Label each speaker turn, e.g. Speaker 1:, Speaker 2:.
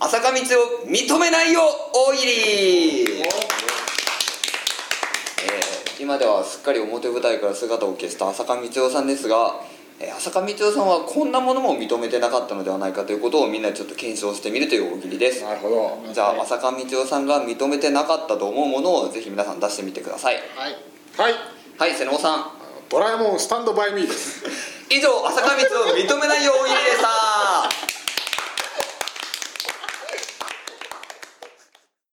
Speaker 1: 浅香光を認めないよ大喜利、えー今ではすっかり表舞台から姿を消した浅香光代さんですが、えー浅香光代さんはこんなものも認めてなかったのではないかということをみんなでちょっと検証してみるという大喜利です
Speaker 2: なるほど
Speaker 1: じゃあ浅香光代さんが認めてなかったと思うものをぜひ皆さん出してみてください
Speaker 3: はい
Speaker 2: はい
Speaker 1: はい瀬能さん
Speaker 2: ドラえもんスタンドバイミーです
Speaker 1: 以上浅香光を認めないよ大喜利でした